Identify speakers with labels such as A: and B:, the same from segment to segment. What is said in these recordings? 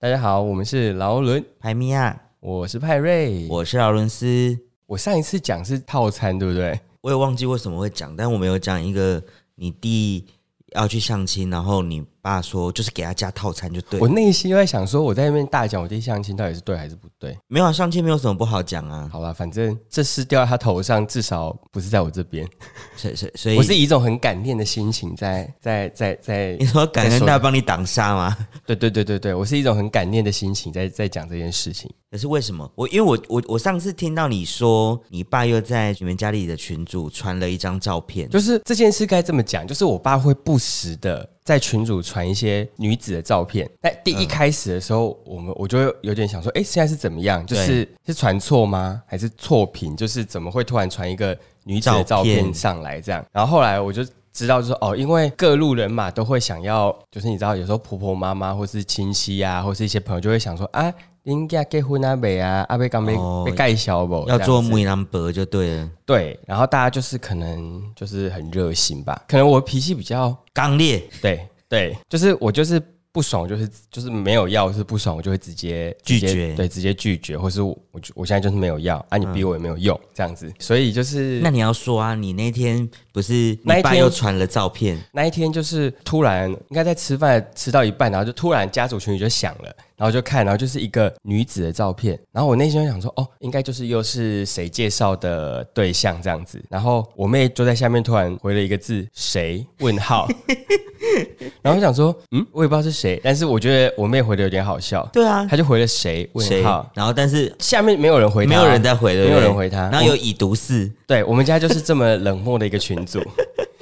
A: 大家好，我们是劳伦，
B: 排米亚，
A: 我是派瑞。我
B: 我是劳伦斯。
A: 我上一次讲是套餐，对不对？
B: 我也忘记为什么会讲，但我们有讲一个，你弟要去相亲，然后你爸说就是给他加套餐就对
A: 我。内心就在想说，我在那边大讲我弟相亲到底是对还是不对？
B: 没有啊，相亲没有什么不好讲啊。
A: 好啦，反正这事掉在他头上，至少不是在我这边。
B: 所以所以所以
A: 我是以一种很感念的心情在在在在
B: 你，说感恩大帮你挡杀吗？
A: 对对对对对，我是一种很感念的心情在在讲这件事情。
B: 可是为什么？我因为我我我上次听到你说，你爸又在你们家里的群组传了一张照片，
A: 就是这件事该这么讲，就是我爸会不时的在群组传一些女子的照片。在第一开始的时候，我们我就会有点想说，哎、现在是怎么样？就是是传错吗？还是错评？就是怎么会突然传一个女子的照
B: 照片
A: 片上来这样？然后后来我就。知道就是哦，因为各路人马都会想要，就是你知道，有时候婆婆妈妈或是亲戚啊，或是一些朋友就会想说啊，人家结婚啊没啊，阿贝刚被
B: 哦
A: 被盖小不？
B: 要
A: 这样
B: 做
A: 子
B: 母羊伯就对了，
A: 对，然后大家就是可能就是很热心吧，可能我脾气比 较
B: 刚烈
A: 对对，就是我就是不爽，我就是就是没有要，就是不爽，我就会直接
B: 拒
A: 直接
B: 绝嗯
A: 对，直接拒绝，或是我我就我现在就是没有要啊，你逼我也没有用，这样子，所以就是
B: 那你要说啊，你那天不是
A: 那一
B: 你爸
A: 天
B: 又传了照片，
A: 那一天就是突然应该在吃饭吃到一半，然后就突然家族群里就响了，然后就看，然后就是一个女子的照片，然后我内心就想说，哦，应该就是又是谁介绍的对象这样子，然后我妹就在下面突然回了一个字“谁”问 号，然后我想说，嗯，我也不知道是谁，但是我觉得我妹回的有点好笑，
B: 对啊，
A: 她就回了“谁”
B: 谁
A: 问号？，
B: 然后但是
A: 下面没有人回她，
B: 没有人在回，对不对
A: 没有人回他
B: 然后有已读四，
A: 对我们家就是这么冷漠的一个群 组，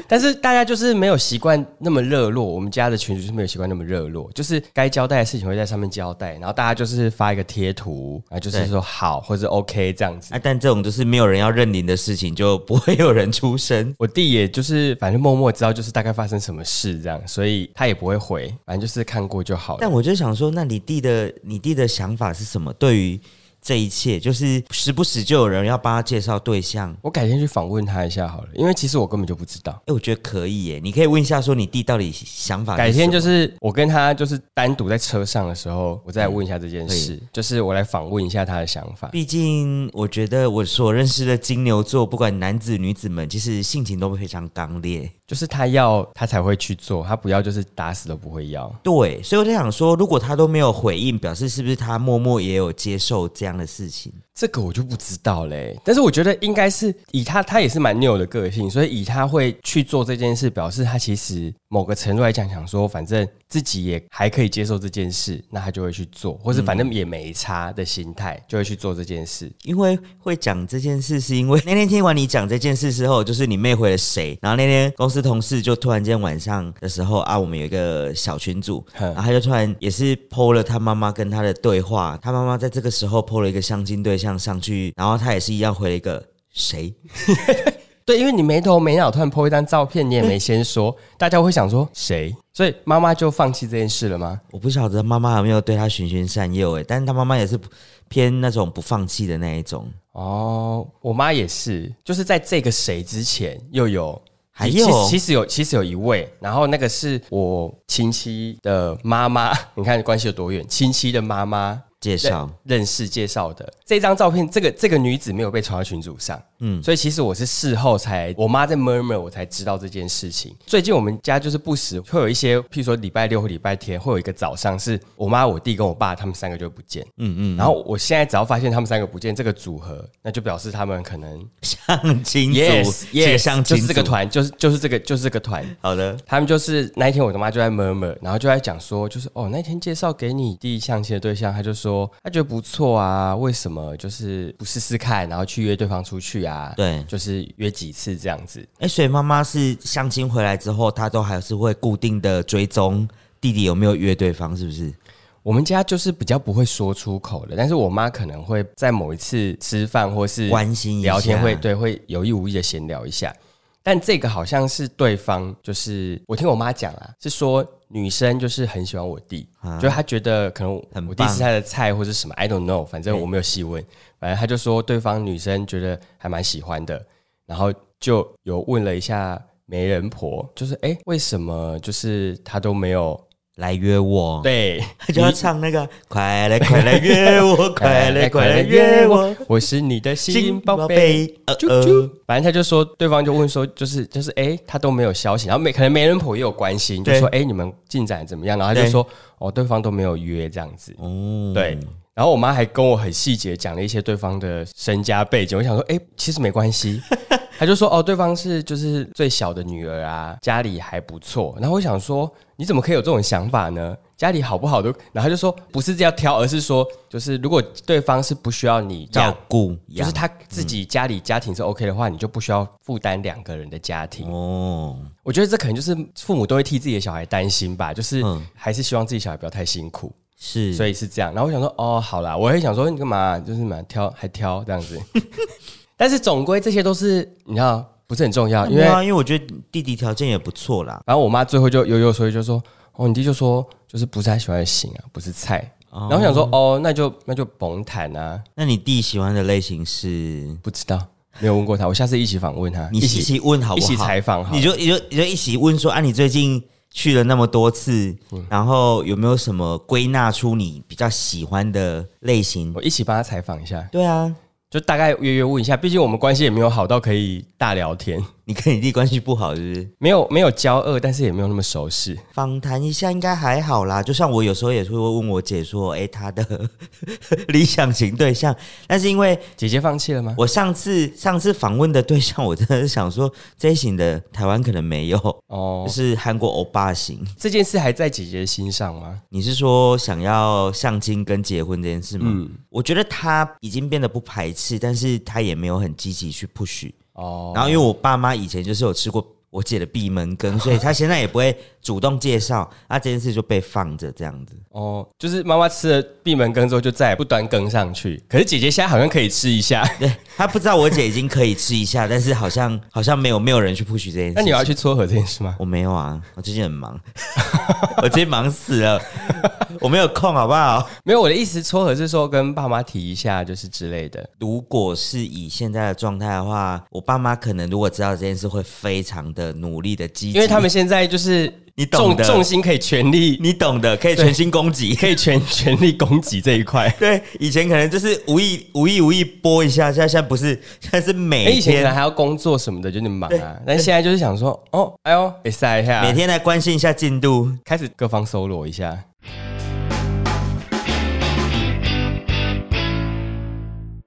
A: 但是大家就是没有习惯那么热络，我们家的群组就是没有习惯那么热络，就是该交代的事情会在上面交代，然后大家就是发一个贴图，然后就是
B: 对
A: 说好或者 OK 这样子。
B: 啊，但这种就是没有人要认领的事情，就不会有人出 声。
A: 我弟也就是反正默默知道就是大概发生什么事这样，所以他也不会回，反正就是看过就好了
B: 但。我就想说，那你弟的你弟的想法是什么？对于这一切，就是时不时就有人要帮他介绍对象。
A: 我改天去访问他一下好了，因为其实我根本就不知道。
B: 哎、我觉得可以耶，你可以问一下，说你弟到底想啊法是什么？
A: 改天就是我跟他就是单独在车上的时候，我
B: 嗯
A: 再问一下这件事，就是我来访问一下他的想法。
B: 毕竟，我觉得我所认识的金牛座，不管男子女子们，其实性情都非常刚烈。
A: 就是他要他才会去做，他不要就是打死都不会要。
B: 对，所以我在想说，如果他都没有回应，表示是不是他默默也有接受这样的事情？
A: 这个我就不知道嘞、但是我觉得应该是以他，他也是蛮拗的个性，所以以他会去做这件事，表示他其实某个程度来讲，想说反正自己也还可以接受这件事，那他就会去做，或是反正也没差的心态，就会去做这件事。
B: 因为会讲这件事，是因为 那天听完你讲这件事之后，就是你妹回了谁，然后那天公司同事就突然间晚上的时候啊，我们有一个小群组，
A: 哼
B: 然后他就突然也是 PO 了他妈妈跟他的对话，他妈妈在这个时候 PO 了一个相亲对象上去，然后他也是一样回了一个谁，
A: 对，因为你没头没脑突然 po 一张照片，你也没先说，大家会想说谁？所以妈妈就放弃这件事了吗？
B: 我不晓得妈妈有没有对他循循善诱诶，但是他妈妈也是不偏那种不放弃的那一种，
A: 哦，我妈也是，就是在这个谁之前又有。
B: 还
A: 其实
B: 有
A: 其实有，其实有一位，然后那个是我亲戚的妈妈， 你看关系有多远？亲戚的妈妈
B: 介绍。
A: 认识介绍的这张照片，这个这个女子没有被传到群组上，嗯，所以其实我是事后才，我妈在 murmur，我才知道这件事情。最近我们家就是不时会有一些，譬如说礼拜六或礼拜天，会有一个早上是我妈、我弟跟我爸他们三个就不见，嗯嗯，然后我现在只要发现他们三个不见这个组合，那就表示他们可能
B: 相亲组
A: yes
B: 这个
A: yes
B: 相
A: 就
B: 亲
A: 是这个
B: 组
A: 团，就是就是这个就是这个团，
B: 好的，
A: 他们就是那一天，我的妈就在 murmur，然后就在讲说，就是哦，那天介绍给你第一相亲的对象，他就说他觉得不错啊，为什么就是不试试看，然后去约对方出去啊？
B: 对
A: 就是约几次这样子。
B: 哎、所以妈妈是相亲回来之后，她都还是会固定的追踪弟弟有没有约对方，是不是？
A: 我们家就是比较不会说出口的，但是我妈可能会在某一次吃饭或是
B: 关心一下
A: 聊天会对会有意无意的闲聊一下。但这个好像是对方，就是我听我妈讲啊，是说女生就是很喜欢我弟，就她觉得可能
B: 啊很
A: 我弟
B: 棒
A: 是她的菜或是什么，I don't know，反正我没有细问，反正她就说对方女生觉得还蛮喜欢的，然后就有问了一下媒人婆，就是哎、诶为什么就是她都没有
B: 来约我，，
A: 对，
B: 哦 他就要唱那个快来快来约我， 快来快来约我，，
A: 我是你的
B: 新
A: 新
B: 宝
A: 宝
B: 贝
A: 贝。，
B: 呃
A: 啾
B: 呃
A: 啾，，反正他就说，对方就问说，就是就是，哎、他都没有消息，然后没可能媒人婆也有关心，就
B: 对
A: 说，哎、你们进展怎么样？然后他就
B: 对
A: 说，哦，对方都没有约这样子，
B: 哦，
A: 对。然后我妈还跟我很细节讲了一些对方的身家背景，我想说，哎、其实没关 系。他就说，哦，对方是就是最小的女儿啊，家里还不错。然后我想说，你怎么可以有这种想法呢？家里好不好都，然后他就说，不是这样挑，而是说，就是如果对方是不需要你
B: 照顾
A: 就是
B: 养嗯
A: 他自己家里家庭是 OK 的话，你就不需要负担两个人的家庭。
B: 哦，
A: 我觉得这可能就是父母都会替自己的小孩担心吧，就是
B: 嗯
A: 还是希望自己小孩不要太辛苦，
B: 是，
A: 所以是这样。然后我想说，哦，好啦，我会想说你干嘛，就是蛮挑还挑这样子。 但是总归这些都是你知道不是很重要，因为
B: 对啊，因为我觉得弟弟条件也不错啦。
A: 反正我妈最后就悠悠说一句就说，哦，你弟就说就是不是他喜欢的型啊，不是菜。然后我想说，哦，那就那就甭谈啊，
B: 那你弟喜欢的类型是？
A: 不知道，没有问过他，我下次一起访问他，
B: 你
A: 一
B: 一
A: 起
B: 起问好
A: 一
B: 不好？
A: 起采访好了
B: 你就你就你就一起问说啊，你最近去了那么多次，然后有没有什么归纳出你比较喜欢的类型？
A: 我一起帮他采访一下，
B: 对啊，
A: 就大概约约问一下，毕竟我们关系也没有好到可以大聊天，
B: 你跟你弟关系不好是不是？
A: 没有没有交恶，但是也没有那么熟识。
B: 访谈一下应该还好啦，就像我有时候也会问我姐说，哎、她的 理想型对象，但是因为
A: 姐姐放弃了吗？
B: 我上次上次访问的对象，我真的是想说这一型的台湾可能没有，就
A: 哦，
B: 是韩国欧巴型。
A: 这件事还在姐姐心上吗？
B: 你是说想要相亲跟结婚这件事吗？
A: 嗯
B: 我觉得他已经变得不排斥，但是他也没有很积极去 push。
A: 哦，
B: 然后因为我爸妈以前就是有吃过我姐的闭门 羹，所以他现在也不会主动介绍，那这件事就被放着这样子。
A: 哦，就是妈妈吃了闭门羹之后，就再也不端羹上去。可是姐姐现在好像可以吃一 下，
B: 对他不知道我姐已经可以吃一下，但是好像好像没有没有人去 push 这件事。
A: 那你有要？去撮合这件事 吗？
B: 我没有啊，我最近很忙， 我最近忙死了，我没有空，好不好？
A: 没有，我的意思撮合是说跟爸妈提一下，就是之类的。
B: 如果是以现在的状态的话，我爸妈可能如果知道这件事，会非常的努力的积极，
A: 因为他们现在就是
B: 你懂
A: 重
B: 的
A: 重心可以全力，
B: 你懂的，可以全心攻击。
A: 可以全全力攻击这一块。
B: 对，以前可能就是无意无意无意播一下，现在现在不是，现在是
A: 哎，
B: 每
A: 以前可
B: 天、
A: 能还要工作什么的，就你忙啊。但现在就是想说，哦，哎呦，比赛一下，
B: 每天来关心一下进度。
A: 开始各方搜罗一下。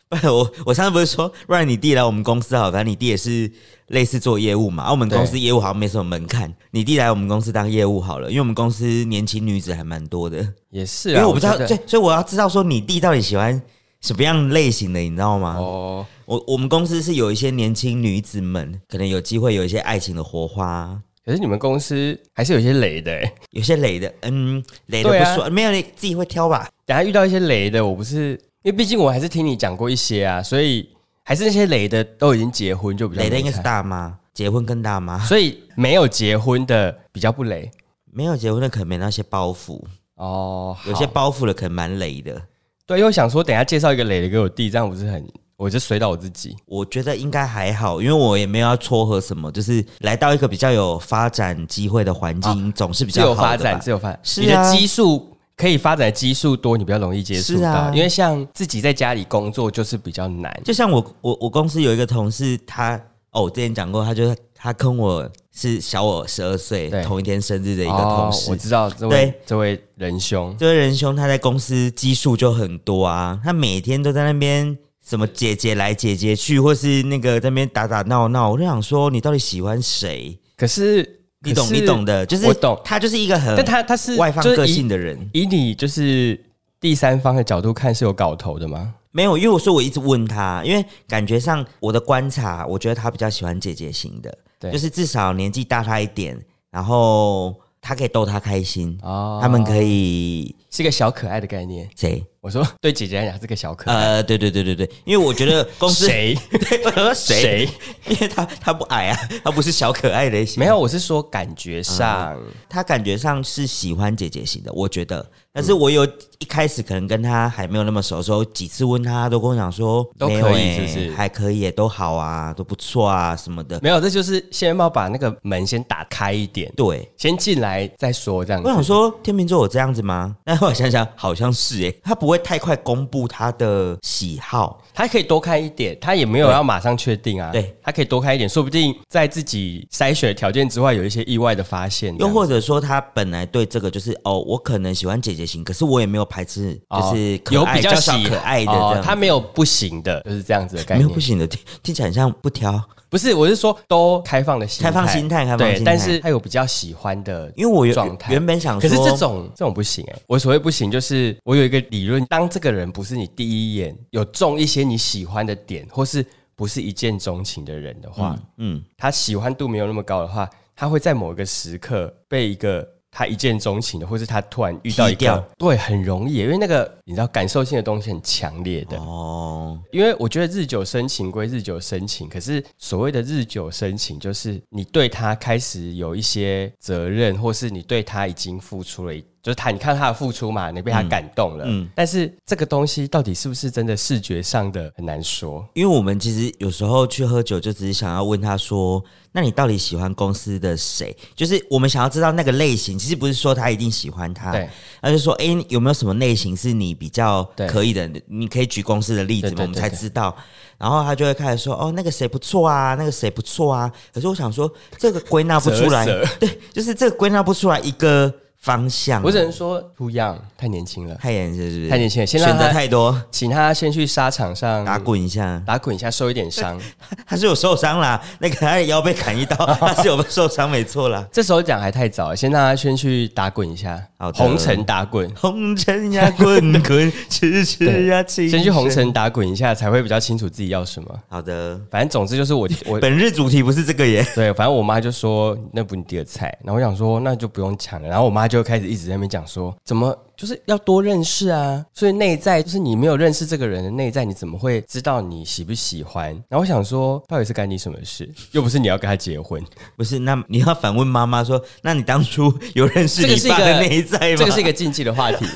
B: 不然我我上次不是说让你弟来我们公司好，反正你弟也是类似做业务嘛，啊，我们公司
A: 对
B: 业务好像没什么门槛，你弟来我们公司当业务好了，因为我们公司年轻女子还蛮多的。
A: 也是啊，
B: 因为我不知道，
A: 觉得
B: 所以所以我要知道说你弟到底喜欢什么样类型的，你知道吗？
A: 哦，
B: 我我们公司是有一些年轻女子们，可能有机会有一些爱情的火花，
A: 可是你们公司还是有一些雷的、欸。
B: 有些雷的，嗯，雷的
A: 对
B: 不
A: 啊
B: 说，没有你自己会挑吧？
A: 等下遇到一些雷的，我不是因为毕竟我还是听你讲过一些啊，所以还是那些雷的都已经结婚，就比较
B: 雷的应
A: 没
B: 该是
A: 差，
B: 大妈，结婚跟大妈，
A: 所以没有结婚的比较不雷
B: 没有结婚的可能没那些包袱，
A: 哦。
B: 有些
A: 好
B: 包袱的可能蛮雷的。
A: 对，因为我想说等下介绍一个雷的给我弟，这样不是很，我就随到我自己。
B: 我觉得应该还好，因为我也没有要撮合什么，就是来到一个比较有发展机会的环境，总是比
A: 自
B: 较
A: 由
B: 好的
A: 啊发展，
B: 吧
A: 自由发展，
B: 是
A: 你的
B: 啊
A: 基数可以发展的基数多，你比较容易接触
B: 是
A: 到。
B: 啊
A: 因为像自己在家里工作就是比较难，
B: 就像我我我公司有一个同事，他哦，我之前讲过，他就是他跟我是小我十二岁，
A: 对
B: 同一天生日的一个同事。
A: 哦我知道这
B: 对
A: 位这位仁兄，
B: 这位仁兄他在公司基数就很多啊，他每天都在那边什么姐姐来姐姐去，或是那个在那边打打闹闹，我就想说你到底喜欢谁？
A: 可是
B: 你懂
A: 可是
B: 你懂的，就是
A: 我懂
B: 他就是一个很
A: 但他他是
B: 外放
A: 就是
B: 个
A: 以
B: 性的人。
A: 以你就是第三方的角度看是有搞头的吗？
B: 没有，因为我说我一直问他，因为感觉上我的观察，我觉得他比较喜欢姐姐型的，
A: 对
B: 就是至少年纪大他一点，然后他可以逗他开心，
A: 哦，
B: 他们可以
A: 是一个小可爱的概念。
B: 谁？
A: 我说 对姐姐来讲是个小可爱，
B: 呃，对对对对对，因为我觉得公司
A: 谁
B: 对， 我想说谁
A: 谁，
B: 因为他他不矮啊，他不是小可爱类型，
A: 没有，我是说感觉上，
B: 他感觉上是喜欢姐姐型的，我觉得。但
A: 嗯
B: 是我有一开始可能跟他还没有那么熟的时候，几次问他，他都跟我讲说
A: 都可以
B: 没有欸
A: 是不是
B: 还可以欸、都好啊，都不错啊什么的。
A: 没有，这就是谢元茂把那个门先打开一点，
B: 对，
A: 先进来再说这样
B: 我想
A: 子。
B: 说天秤座有这样子吗？ 但后来想想，好像是诶、他不会太快公布他的喜好，
A: 他可以多开一点，他也没有要马上确定啊。
B: 对，
A: 他可以多开一点，说不定在自己筛选条件之外有一些意外的发现。
B: 又或者说他本来对这个就是哦，我可能喜欢姐姐型，可是我也没有排斥，就是
A: 哦
B: 可
A: 有
B: 爱、
A: 比较
B: 小
A: 喜
B: 可爱的
A: 哦
B: 这样。
A: 他没有不行的，就是这样子的概
B: 没
A: 念。
B: 有不行的，听听起来很像不挑。
A: 不是，我是说都开放的心态，
B: 开放心态开放
A: 对
B: 心态
A: 但是他有比较喜欢的，
B: 因为我
A: 状
B: 原
A: 态
B: 原本想
A: 可
B: 说，
A: 是这种这种不行哎、我所谓不行就是我有一个理论，当这个人不是你第一眼有中一些你喜欢的点，或是不是一见钟情的人的话，
B: 嗯，
A: 他喜欢度没有那么高的话，他会在某一个时刻被一个。他一见钟情的，或是他突然遇到一
B: 踢掉
A: 个，对，很容易耶，因为那个你知道感受性的东西很强烈的，
B: 哦，
A: 因为我觉得日久生情归日久生情，可是所谓的日久生情，就是你对他开始有一些责任，或是你对他已经付出了一。就是他，你看他的付出嘛，你被他感动了。
B: 嗯
A: 但是这个东西到底是不是真的视觉上的很难说。
B: 因为我们其实有时候去喝酒，就只是想要问他说，那你到底喜欢公司的谁？就是我们想要知道那个类型，其实不是说他一定喜欢他，
A: 对，
B: 他就说，哎、你有没有什么类型是你比较
A: 对
B: 可以的？你可以举公司的例子
A: 对
B: 吗？
A: 对
B: 我们才知道。然后他就会开始说，哦，那个谁不错啊，那个谁不错啊。可是我想说，这个归纳不出来
A: 折，
B: 对，就是这个归纳不出来一个方向。啊
A: 我只能说，too young，太年轻了，
B: 太严是不是？
A: 太年轻了。先
B: 选
A: 让
B: 择
A: 他，
B: 太多，
A: 请他先去沙场上
B: 打滚一下。
A: 打滚一下，受一点伤。
B: 他是有受伤啦， 那个他的腰被砍 一刀，他是有受伤，没错啦。
A: 这时候讲还太早了，先让他先去打滚一下
B: 好，的
A: 红尘打滚。
B: 红尘呀，滚滚，痴痴呀，情
A: 先去红
B: 深。
A: 尘打滚一下，才会比较清楚自己要什么。
B: 好的，
A: 反正总之就是 我我
B: 本日主题不是这个耶。
A: 对，反正我妈就说那不是你第二菜，然后我想说那就不用抢了，然后我妈就开始一直在那边讲说怎么就是要多认识啊，所以内在就是你没有认识这个人的内在，你怎么会知道你喜不喜欢？然后我想说到底是干你什么事？又不是你要跟他结婚，
B: 不是，那你要反问妈妈说，那你当初有认识
A: 这个
B: 你
A: 是一
B: 爸的
A: 个
B: 内在吗？
A: 这个是一个禁忌的话题。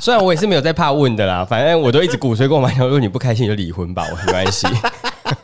A: 虽然我也是没有在怕问的啦，反正我都一直鼓吹跟我妈讲，如果你不开心你就离婚吧，我没关 系。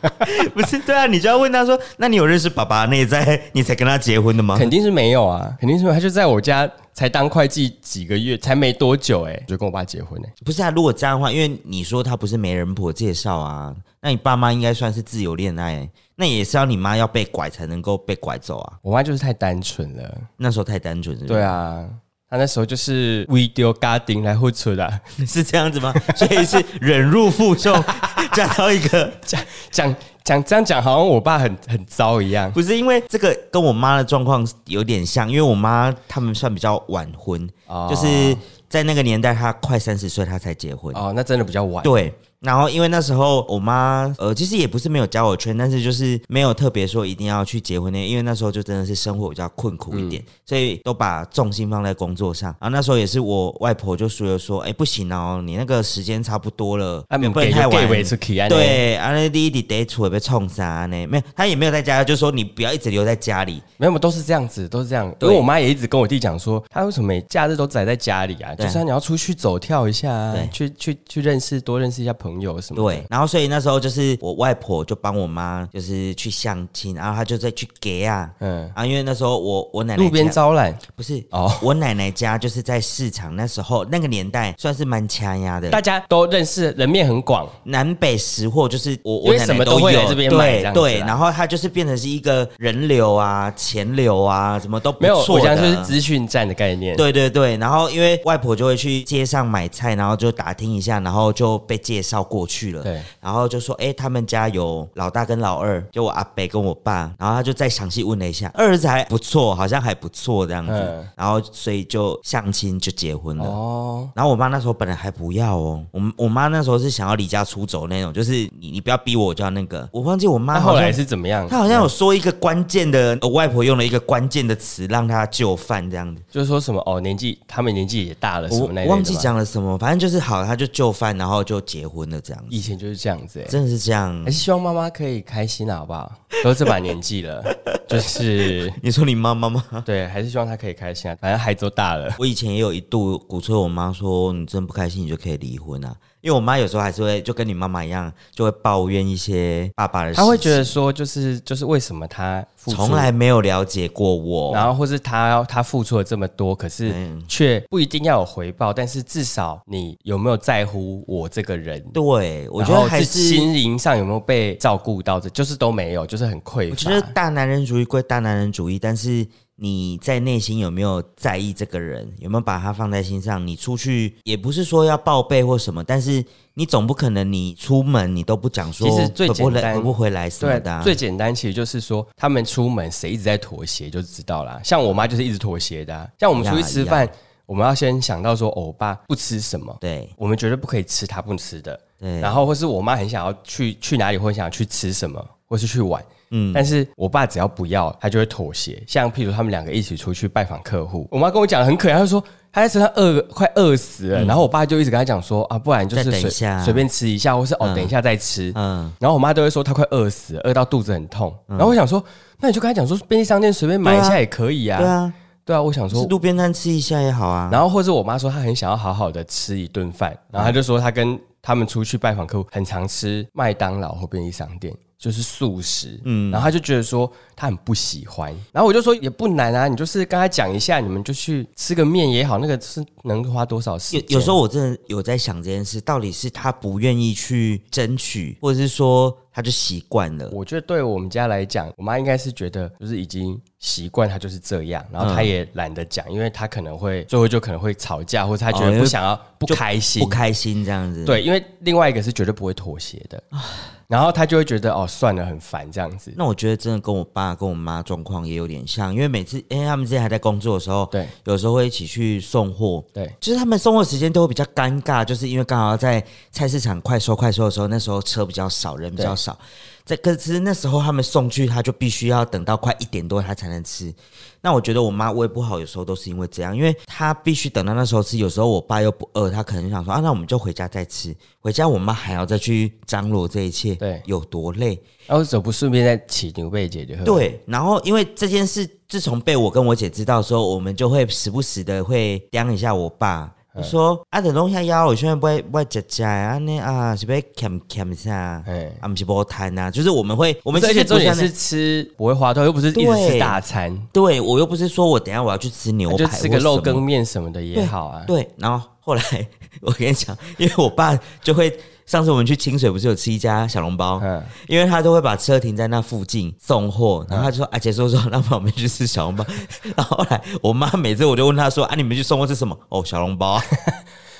B: 不是对啊？你就要问他说，那你有认识爸爸的内在，你才跟他结婚的吗？
A: 肯定是没有啊，肯定是没有。他就在我家才当会计几个月，才没多久哎、就跟我爸结婚哎、
B: 不是啊，如果这样的话，因为你说他不是媒人婆介绍啊，那你爸妈应该算是自由恋爱，那也是要你妈要被拐才能够被拐走啊。
A: 我妈就是太单纯了，
B: 那时候太单纯，是不是
A: 对啊，她那时候就是 we do garden 来付出的，啊
B: 是这样子吗？ 所以是忍辱负重， 嫁到一个
A: 讲 讲讲这样讲，好像我爸很很糟一样。
B: 不是因为这个跟我妈的状况有点像，因为我妈他们算比较晚婚，
A: 哦
B: 就是在那个年代，她快三十岁她才结婚，
A: 哦，那真的比较晚。
B: 对。然后，因为那时候我妈，呃，其实也不是没有交友圈，但是就是没有特别说一定要去结婚那，因为那时候就真的是生活比较困苦一点，
A: 嗯
B: 所以都把重心放在工作上。然后那时候也是我外婆就说说，哎，不行哦，你那个时间差不多了，
A: 啊，
B: 你不
A: 给
B: 能
A: 就
B: 太
A: 给
B: 晚，
A: 维出去啊，对，
B: 对，啊，那弟弟得出被冲杀呢，没有，他也没有在家，就说你不要一直留在家里。
A: 没有，都是这样子，都是这样。因
B: 对
A: 为我妈也一直跟我弟讲说，她为什么每假日都宅在家里啊？就
B: 对
A: 是啊你要出去走跳一下啊
B: 对，
A: 去去去认识多认识一下朋友什么的。
B: 对，然后所以那时候就是我外婆就帮我妈就是去相亲，然后她就在去给啊，
A: 嗯，
B: 啊，因为那时候我我奶奶
A: 路边
B: 家
A: 招揽，
B: 不是
A: 哦
B: 哦，我奶奶家就是在市场，那时候那个年代算是蛮强压的，
A: 大家都认识，人面很广，
B: 南北识货就是我
A: 因
B: 我
A: 为
B: 奶
A: 什
B: 奶
A: 么
B: 都
A: 都会来
B: 有
A: 这边买这
B: 对
A: 样子啊
B: 对，
A: 啦
B: 然后它就是变成是一个人流啊、钱流啊，什么都不
A: 没有，
B: 错
A: 我
B: 的
A: 讲就是资讯站的概念。，
B: 对对对，然后因为外婆就会去街上买菜，然后就打听一下，然后就被介绍过去了。
A: 对，
B: 然后就说，哎、他们家有老大跟老二，就我阿北跟我爸，然后他就再详细问了一下，二儿子还不错，好像还不错这样子，
A: 嗯
B: 然后所以就相亲就结婚了。
A: 哦，
B: 然后我妈那时候本来还不要哦，我我妈那时候是想要离家出走那种，就是你你不要逼我，我就要那个。我忘记我妈
A: 那
B: 啊好
A: 后
B: 像
A: 来是怎么样？
B: 她好像有说一个关键的，我外婆用了一个关键的词让她就范这样子。
A: 就是说什么哦，年纪他们年纪也大了，什
B: 我
A: 么那一类的
B: 忘记
A: 吧，
B: 讲了什么，反正就是好，她就就范，然后就结婚了这样子，
A: 以前就是这样子、欸，
B: 真的是这样
A: 还。是希望妈妈可以开心啊，好不好？都这把年纪了， 就是
B: 你说你妈妈吗？
A: 对，还是希望她可以开心啊。反正孩子都大了，
B: 我以前也有一度鼓吹我妈说，你真不开心，你就可以离婚啊。因为我妈有时候还是会就跟你妈妈一样，就会抱怨一些爸爸的事情，
A: 她会觉得说，就是就是为什么她付出
B: 从来没有了解过我，
A: 然后或是他他付出了这么多，可是
B: 嗯
A: 却不一定要有回报，但是至少你有没有在乎我这个人？
B: 对，我觉
A: 然
B: 得
A: 后
B: 还
A: 自
B: 是，
A: 心灵上有没有被照顾到这，就是都没有，就是很匮
B: 我
A: 乏
B: 觉。得大男人主义归大男人主义，但是你在内心有没有在意这个人，有没有把他放在心上？你出去也不是说要报备或什么，但是你总不可能你出门你都不讲说，
A: 其实最
B: 回不
A: 简
B: 来
A: 单
B: 回不回来什么
A: 对
B: 的、，啊
A: 最简单其实就是说，他们出门谁一直在妥协就知道啦。像我妈就是一直妥协的啊、像我们出去
B: 呀
A: 吃饭，我们要先想到说，哦，我爸不吃什么，
B: 对
A: 我们绝对不可以吃他不吃的。
B: 对，
A: 然后或是我妈很想要去去哪里，或者想要去吃什么，或是去玩，嗯，但是我爸只要不要，他就会妥协。像譬如他们两个一起出去拜访客户，我妈跟我讲得很可爱，她说她在车上饿快饿死了，然后我爸就一直跟她讲说啊，不然就是
B: 嗯再等一
A: 随
B: 下
A: 随便吃一下，或是哦、等一下再吃，
B: 嗯，
A: 然后我妈都会说她快饿死了，饿到肚子很痛。然后我想说，那你就跟她讲说便利商店随便买一下也可以啊，
B: 对啊，
A: 对啊，我想说
B: 吃路边摊吃一下也好啊。
A: 然后或者我妈说她很想要好好的吃一顿饭，然后她就说她跟他们出去拜访客户，很常吃麦当劳或便利商店，就是素食。嗯，然后她就觉得说她很不喜欢，然后我就说也不难啊，你就是跟她讲一下，你们就去吃个面也好，那个是能花多少时
B: 有
A: 间？
B: 有时候我真的有在想这件事，到底是他不愿意去争取，或者是说他就习惯了。
A: 我觉得对我们家来讲，我妈应该是觉得就是已经习惯她就是这样，然后
B: 嗯
A: 她也懒得讲，因为她可能会最后就可能会吵架，或者她觉
B: 哦
A: 得
B: 因
A: 不
B: 为
A: 想要不
B: 就
A: 开心，啊
B: 不开心这样子，
A: 对，因为另外一个是绝对不会妥协的，
B: 啊
A: 然后他就会觉得哦，算了，很烦这样子。
B: 那我觉得真的跟我爸跟我妈状况也有点像，因为每次因为他们之前还在工作的时候，
A: 对
B: 有时候会一起去送货，
A: 对，
B: 就是他们送货时间都会比较尴尬，就是因为刚好在菜市场快收快收的时候，那时候车比较少，人比较少。在可是那时候他们送去，他就必须要等到快一点多他才能吃。那我觉得我妈胃不好，有时候都是因为这样，因为她必须等到那时候吃。有时候我爸又不饿，他可能就想说啊，那我们就回家再吃。回家我妈还要再去张罗这一切，
A: 对
B: 有多累？
A: 然后怎么不顺便再起牛背解决？，
B: 对，然后因为这件事，自从被我跟我姐知道的时候，我们就会时不时的会刁一下我爸，
A: 嗯
B: 就说啊，等弄下腰，我现在不会不会吃吃啊，那啊是不是欠欠一下啊，
A: 哎，
B: 啊不是波摊啊，就是我们会，
A: 我
B: 我们
A: 而
B: 其
A: 且
B: 实
A: 重
B: 不
A: 点
B: 像那
A: 是吃不会花掉，又不是一直吃
B: 对
A: 大餐，
B: 对我又不是说我等一下我要去吃牛
A: 啊就
B: 排，
A: 吃个肉羹。面什么的也好啊。
B: 对，然后后来 我跟你讲，因为我爸就会。上次我们去清水不是有吃一家小笼包，
A: 嗯，
B: 因为他都会把车停在那附近送货，然后他就说：“啊，姐说说，那我们去吃小笼包。” 然后后来我妈每次我就问她说：“啊，你们去送货是什么？”哦，小笼包啊。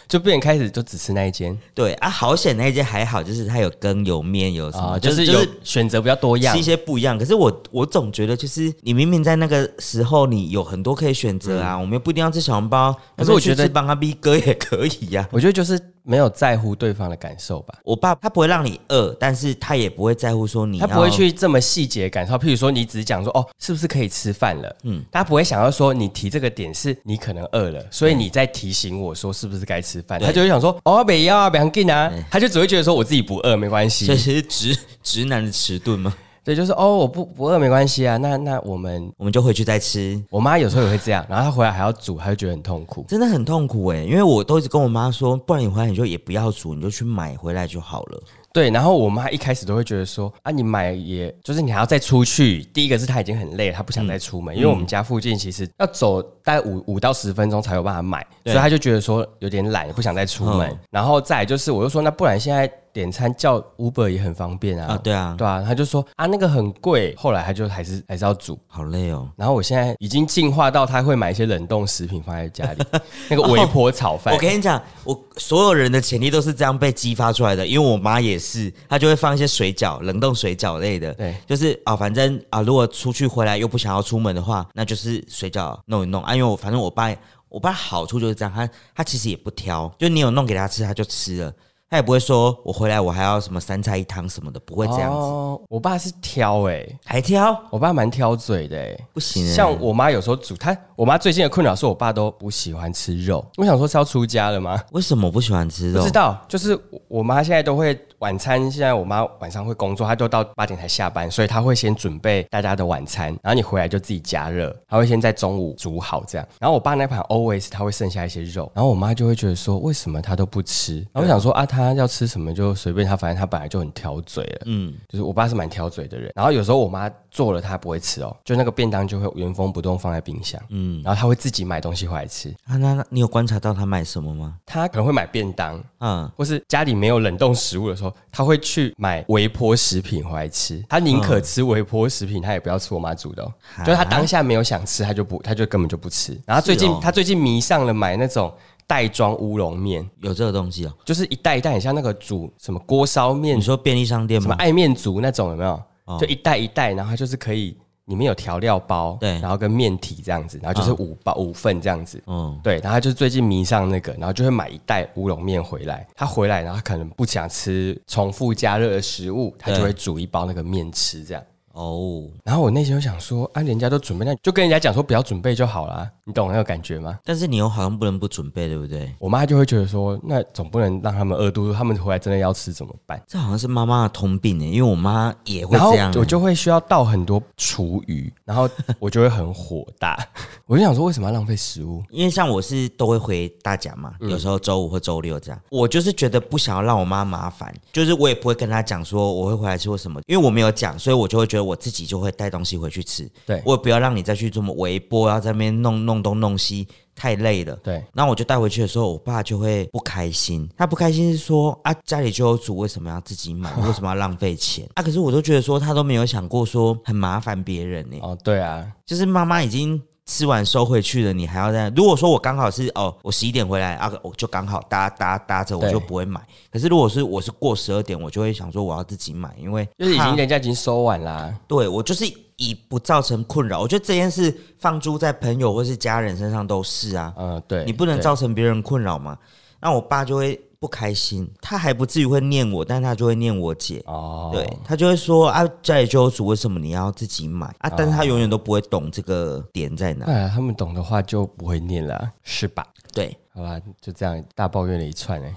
A: 就变成开始就只吃那一间
B: 对啊，好险那一间还好，就是它有羹有面有什么，
A: 啊，就
B: 就是是
A: 有
B: 就是
A: 选择比较多样
B: 吃一。些不一样。可是我我总觉得就是你明明在那个时候你有很多可以选择啊，我们又不一定要吃小笼包，
A: 嗯可是我觉得
B: 帮他逼哥也可以呀、
A: 我觉得就是没有在乎对方的感受吧。
B: 我爸他不会让你饿，但是他也不会在乎说你
A: 他
B: 要，
A: 不会去这么细节感受，譬如说你只讲说哦，是不是可以吃饭了？嗯，他不会想要说你提这个点是你可能饿了，所以你在提醒我说是不是该吃饭？
B: 对
A: 他就会想说哦，北要啊，北洋进啊，他就只会觉得说我自己不饿没关系
B: 这，是直直男的迟钝吗？
A: 对，就是哦，我不不饿没关系啊。那那我们
B: 我们就回去再吃。
A: 我妈有时候也会这样，然后她回来还要煮，她就觉得很痛苦。
B: 真的很痛苦哎、因为我都一直跟我妈说，不然你回来你就也不要煮，你就去买回来就好了。
A: 对，然后我妈一开始都会觉得说啊，你买也就是你还要再出去。第一个是她已经很累了，她不
B: 嗯
A: 想再出门，因为我们家附近其实要走大概五五到十分钟才有
B: 嗯
A: 办法买，所以她就觉得说有点懒，不想再出门。然后再来就是，我又说那不然现在。点餐叫 Uber 也很方便啊。
B: 啊，对啊，
A: 对啊，他就说啊那个很贵，后来他就还是还是要煮。
B: 好累哦。
A: 然后我现在已经进化到他会买一些冷冻食品放在家 里，那个微波炒饭。
B: 我跟你讲，我所有人的潜力都是这样被激发出来的，因为我妈也是，她就会放一些水饺、冷冻水饺类的。
A: 对，
B: 就是啊，反正啊，如果出去回来又不想要出门的话，那就是水饺弄一弄啊。因为我反正我爸，我爸好处就是这样，他他其实也不挑，就你有弄给他吃，他就吃了，他也不会说我回来我还要什么三菜一汤什么的，不会这样子，
A: 哦，我爸是挑哎、
B: 还挑
A: 我爸蛮挑嘴的哎、
B: 不行、欸。
A: 像我妈有时候煮，她我妈最近的困扰是我爸都不喜欢吃肉。我想说是要出家了吗？
B: 为什么不喜欢吃
A: 不
B: 肉
A: 知？道，就是我我妈现在都会晚餐，现在我妈晚上会工作，她都到八点才下班，所以她会先准备大家的晚餐，然后你回来就自己加热，她会先在中午煮好这样。然后我爸那盘 always 他会剩下一些肉，然后我妈就会觉得说为什么他都不吃？然后我想说啊，他要吃什么就随便他，反正他本来就很挑嘴了。
B: 嗯，
A: 就是我爸是蛮挑嘴的人，然后有时候我妈做了他不会吃哦，就那个便当就会原封不动放在冰箱，嗯，然后他会自己买东西回来吃，
B: 啊，那那你有观察到他买什么吗？
A: 他可能会买便当，
B: 嗯，
A: 或是家里没有冷冻食物的时候，他会去买微波食品回来吃。他宁可吃微波食品，他也不要吃我妈煮的、哦。
B: 哈
A: 就是他当下没有想吃，他就不，他就根本就不吃。然后最近、
B: 是哦
A: 他最近迷上了买那种袋装乌龙面，
B: 有这个东西哦。
A: 就是一袋一袋，很像那个煮什么锅烧面
B: 你、说便利商店
A: 什么
B: 吗？
A: 爱面族那种，有没有？
B: 嗯哦
A: 就一袋一袋，然后它就是可以里面有调料包，
B: 对哦
A: 然后跟面体这样子，然后就是五包、五份这样子。
B: 嗯，
A: 对，然后他就最近迷上那个，然后就会买一袋乌龙面回来。他回来，然后他可能不想吃重复加热的食物，他就
B: 对
A: 会煮一包那个面吃这样。
B: 哦，
A: 然后我内心就想说，啊，人家都准备，那就跟人家讲说不要准备就好啦，你懂那个感觉吗？
B: 但是你又好像不能不准备，对不对？
A: 我妈就会觉得说，那总不能让他们饿肚子，他们回来真的要吃怎么办？
B: 这好像是妈妈的通病欸诶，因为我妈也会
A: 然后
B: 这样欸。
A: 我就会需要倒很多厨余，然后我就会很火大。 我就想说，为什么要浪费食物？
B: 因为像我是都会回大家嘛，
A: 嗯
B: 有时候周五或周六这样，我就是觉得不想要让我妈麻烦，就是我也不会跟她讲说我会回来吃或什么，因为我没有讲，所以我就会觉得我自己就会带东西回去吃，
A: 对
B: 我也不要让你再去这么微波，然后在那边弄弄东弄西，太累了。
A: 对，
B: 那我就带回去的时候，我爸就会不开心。他不开心是说啊，家里就有煮，为什么要自己 买？为什么要浪费钱啊？可是我都觉得说，他都没有想过说很麻烦别人呢、
A: 哦，对啊，
B: 就是妈妈已经吃完收回去了，你还要在。如果说我刚好是哦，我十一点回来啊，我就刚好搭搭搭着，我
A: 对
B: 就不会买。可是如果是我是过十二点，我就会想说我要自己买，因为
A: 就是已
B: 怕
A: 经人家已经收完啦。
B: 对我就是以不造成困扰。我觉得这件事放诸在朋友或是家人身上都是啊，
A: 嗯，对，
B: 你不能
A: 对
B: 造成别人困扰嘛。那我爸就会不开心，他还不至于会念我，但他就会念我姐。
A: 哦，
B: 对他就会说啊，家里就有煮，为什么你要自己买啊？但是他永远都不会懂这个点在哪。
A: 那他们懂的话就不会念了，是吧？
B: 对，
A: 好吧，就这样大抱怨了一串哎、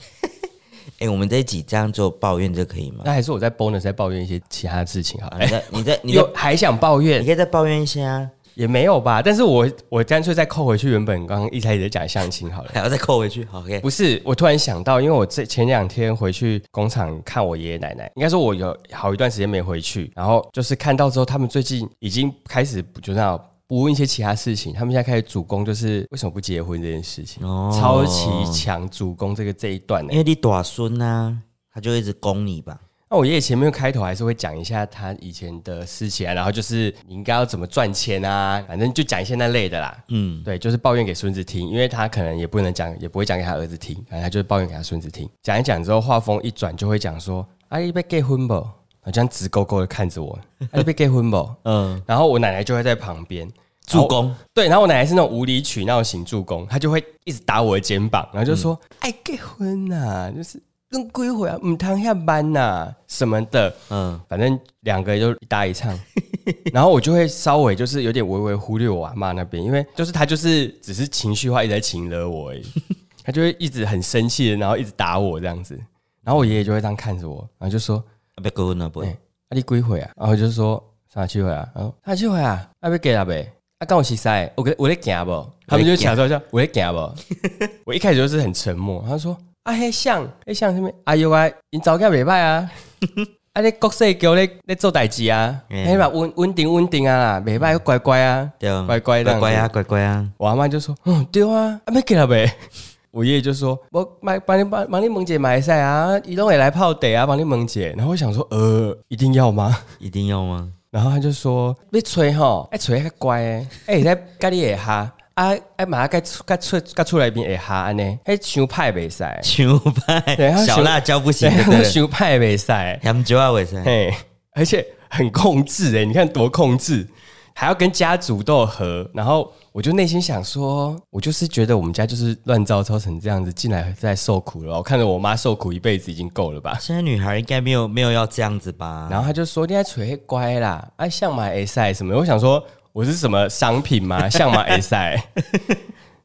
B: 哎、我们这一集这样做抱怨，这可以吗？
A: 那还是我在 bonus 在抱怨一些其他的事情好了。
B: 啊、你再、你再、你
A: 你
B: 再
A: 有，还想抱
B: 你
A: 怨
B: 可以再抱怨一下 啊，
A: 也没有吧？但是我我干脆再扣回去原本刚刚一开始在讲相亲好 了。
B: 还要再扣回去。好，OK，
A: 不是，我突然想到，因为我这前两天回去工厂看我爷爷奶奶，应该说我有好一段时间没回去，然后就是看到之后，他们最近已经开始就那样不问一些其他事情，他们现在开始主攻就是为什么不结婚这件事情，
B: 哦
A: 超级强主攻这个这一段呢、欸
B: 因为你短孙啊，他就一直攻你吧。
A: 那我爷爷前面开头还是会讲一下他以前的事情啊，然后就是你应该要怎么赚钱啊，反正就讲一些那类的啦。
B: 嗯，
A: 对，就是抱怨给孙子听，因为他可能也不能讲，也不会讲给他儿子听，然后他就是抱怨给他孙子听。讲一讲之后，话锋一转，就会讲说：“啊，你被结婚不？”好像直勾勾的看着我，啊，你被结婚不？
B: 嗯，
A: 然后我奶奶就会在旁 边
B: 助。攻，
A: 对，然后我奶奶是那种无理取闹型助攻，她就会一直打我的肩膀，然后就说：“哎、结婚呐、就是跟归回啊，唔通下班呐、什么的。”
B: 嗯，
A: 反正两个就一搭一唱，然后我就会稍微就是有点微微忽略我阿妈那边，因为就是她就是只是情绪化一直在情了我而已，她就会一直很生气的，然后一直打我这样子，然后我爷爷就会这样看着我，然后就说
B: 啊别勾呢不
A: 哎：“啊你几岁啊？”然后我就说：“三十七岁啊。”然后三十七岁啊，啊要嫁了呗？啊跟我识噻？我跟我在行不？他们就抢说叫我在行 不？我一开始就是很沉默，他说：“啊黑像黑像什么？啊有啊，因早嫁袂歹 啊。”啊！你国细叫你你做代志啊，
B: 嗯
A: 嘿嘛稳稳定稳定啊啦，袂歹乖乖啊，
B: 对啊，
A: 乖乖这样
B: 乖
A: 子
B: 乖啊，乖乖啊，
A: 我阿妈就说：“嗯，对啊，啊，没给了呗。”我我爷爷就说：“我买帮你帮帮你萌姐买赛啊，移动也来泡得啊，帮你萌姐。”然后我想说：“呃，一定要吗？”
B: 一定要吗？
A: 然后他就说：“你吹吼，爱吹较乖诶，哎，在家里会哈，啊，哎，马上该出该出该出来边会哈安尼，哎，想派袂使，
B: 球
A: 对他
B: 拍
A: 想
B: 小辣椒不行，对不
A: 对，
B: 对？
A: 想派袂使，
B: 他们就要为啥？
A: 嘿，而且很控制诶，你看多控制，还要跟家族都有和。然后我就内心想说，我就是觉得我们家就是乱糟糟成这样子，进来再受苦了。我看着我妈受苦一辈子已经够了吧。”
B: 现在女孩应该没有没有要这样子吧？
A: 然后他就说：“你在吹乖啦，哎，像马 A 赛什么的？”我想说我是什么商品吗？像马 A 赛。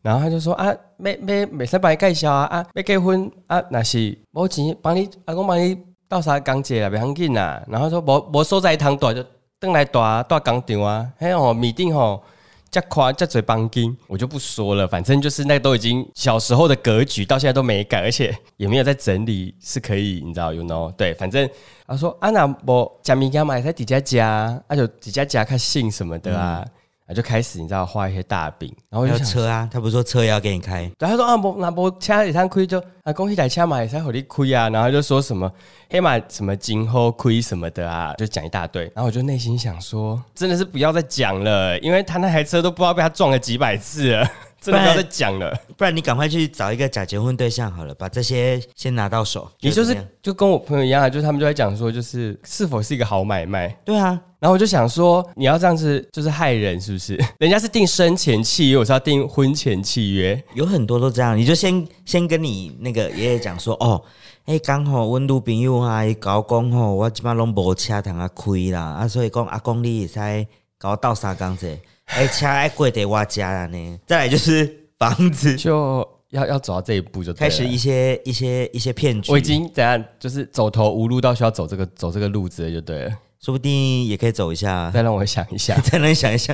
A: 然后他就说：“啊，没没没使帮你介绍啊，啊，要结婚啊，那是无钱帮你，阿公帮你倒啥讲解啦，别要紧啦。”然后说：“无无所在通住就等来住啊，住工厂啊，还有哦，米定吼。”这夸这嘴帮金，我就不说了。反正就是那都已经小时候的格局，到现在都没改，而且也没有在整理，是可以你知道，you know？对，反正他说啊，那我加米加买在底下加，啊就底下加看姓什么的啊，啊就开始你知道画一些大饼，然后我
B: 要
A: 就想，
B: 车啊，他不是说车也要给你开，
A: 对他说啊，我那我车里趟亏就啊，恭喜台车买才火力亏啊，然后就说什么黑马什么今后亏什么的啊， 就讲一大堆，然后我就内心想说，真的是不要再讲了，因为他那台车都不知道被他撞了几百次了， 真的不要再讲了。
B: 不然你赶快去找一个假结婚对象好了，把这些先拿到手。
A: 你就
B: 觉
A: 是
B: 得怎么样
A: 就跟我朋友一样啊，就是他们就在讲说，就是是否是一个好买卖。
B: 对啊，
A: 然后我就想说，你要这样子就是害人是不是？ 人家是订生前契约，我是要订婚前契约。
B: 有很多都这样，你就先先跟你那个爷爷讲说，哦，哎、刚好温度朋友啊，伊搞讲吼，我即摆拢无车通啊开啦，啊，所以讲阿公你会使甲我斗相共者，哎、车爱过伫我家啦呢。再来就是房子，
A: 就要要走到这一步就对
B: 开
A: 了
B: 始一些一些一些骗局，
A: 我已经怎样，就是走投无路到需要走这个走这个路子了就对了。
B: 说不定也可以走一下，，
A: 再让我想一 下
B: 再能想一下。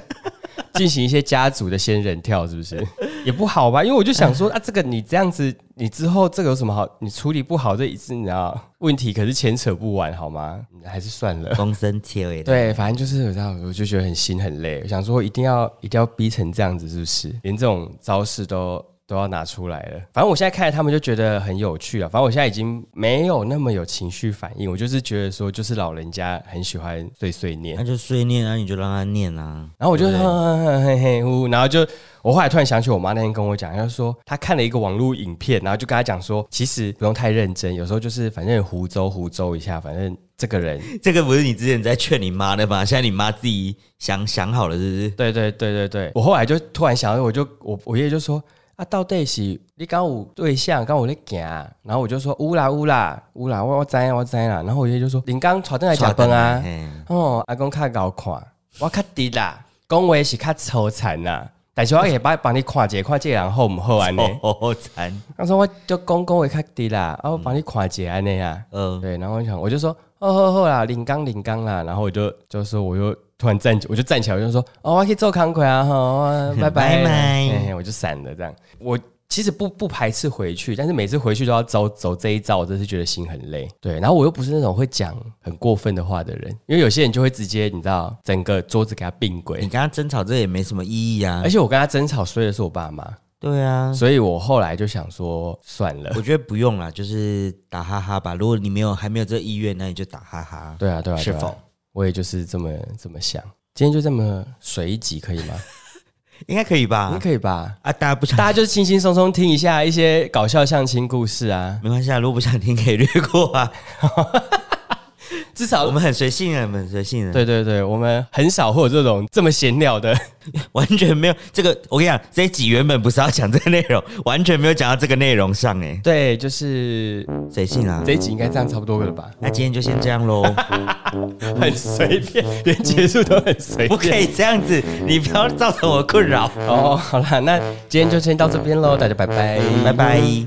A: 进行一些家族的仙人跳，是不是 也不好吧？因为我就想 说啊，这个你这样子，你之后这个有什么好？你处理不好这一次，你知道问题可是牵扯不完，好吗？还是算了。
B: 公生切尾的，
A: 对，反正就是我知道，我就觉得很心很累，我想说一定要一定要逼成这样子，是不是？连这种招式都都要拿出来了。反正我现在看着他们就觉得很有趣啊。反正我现在已经没有那么有情绪反应，我就是觉得说，就是老人家很喜欢碎碎念
B: 那，就碎念啊，你就让他念啊。
A: 然后我就哼嘿嘿呼，然后就我后来突然想起我妈那天跟我讲，她就说她看了一个网络影片，然后就跟她讲说，其实不用太认真，有时候就是反正胡诌胡诌一下，反正这个人
B: 这个不是你之前在劝你妈的吗？现在你妈自己想想好了，是不是？
A: 对对对对对，我后来就突然想到，我就我我爷爷就说啊，到底是你刚有对象，刚有在行啊，然后我就说乌啦乌啦乌啦，我我知啊我知啦，然后我爷爷就说你刚传灯来假饭啊，
B: 嗯
A: 哦阿公较搞看，我较直啦，讲话是较粗残啦。但是我也帮帮你看一下，看这个人好唔好安尼。
B: 哦哦，惨，
A: 他说我就讲讲话较直啦，啊我帮你看一下安尼啊。
B: 呃，
A: 对，然后我想，我就说，哦好好啦，领刚领刚啦，然后我就就说，我又突然站起，我就站起来，我就说，哦，我去做康快啊，好，拜拜，
B: 拜拜
A: 哎我就闪了这样。我其实不不排斥回去，但是每次回去都要走走这一招，我真是觉得心很累。对，然后我又不是那种会讲很过分的话的人，因为有些人就会直接，你知道，整个桌子给他并
B: 你
A: 轨。
B: 跟他争吵这也没什么意义啊
A: 而。且我跟他争吵衰的是我爸妈，
B: 对啊，
A: 所以我后来就想说算了。
B: 我觉得不用啦，就是打哈哈吧。如果你没有还没有这个意愿，那你就打哈哈。
A: 对啊，对啊，
B: 是
A: 对啊
B: 否
A: 我也就是这么这么想。今天就这么随机，可以 吗？
B: 应该可以
A: 应该
B: 吧？
A: 可以吧？
B: 啊，大家不想
A: 大家就是轻轻松松听一下一些搞笑相亲故事啊，
B: 没关系啊，如果不想听可以略过啊。
A: 至少
B: 我们很随性的，我们很随性啊的。
A: 对对对，我们很少会有这种这么闲聊的。
B: 完全没有这个。我跟你讲，这一集原本不是要讲这个内容，完全没有讲到这个内容上哎、
A: 对，就是
B: 谁信啊？
A: 这一集应该这样差不多了吧？
B: 那今天就先这样喽，
A: 很随便，连结束都很随
B: 不嗯可
A: 便。
B: 以这样子，你不要造成我困扰。
A: 哦，好啦，那今天就先到这边喽，大家拜拜，
B: 拜拜。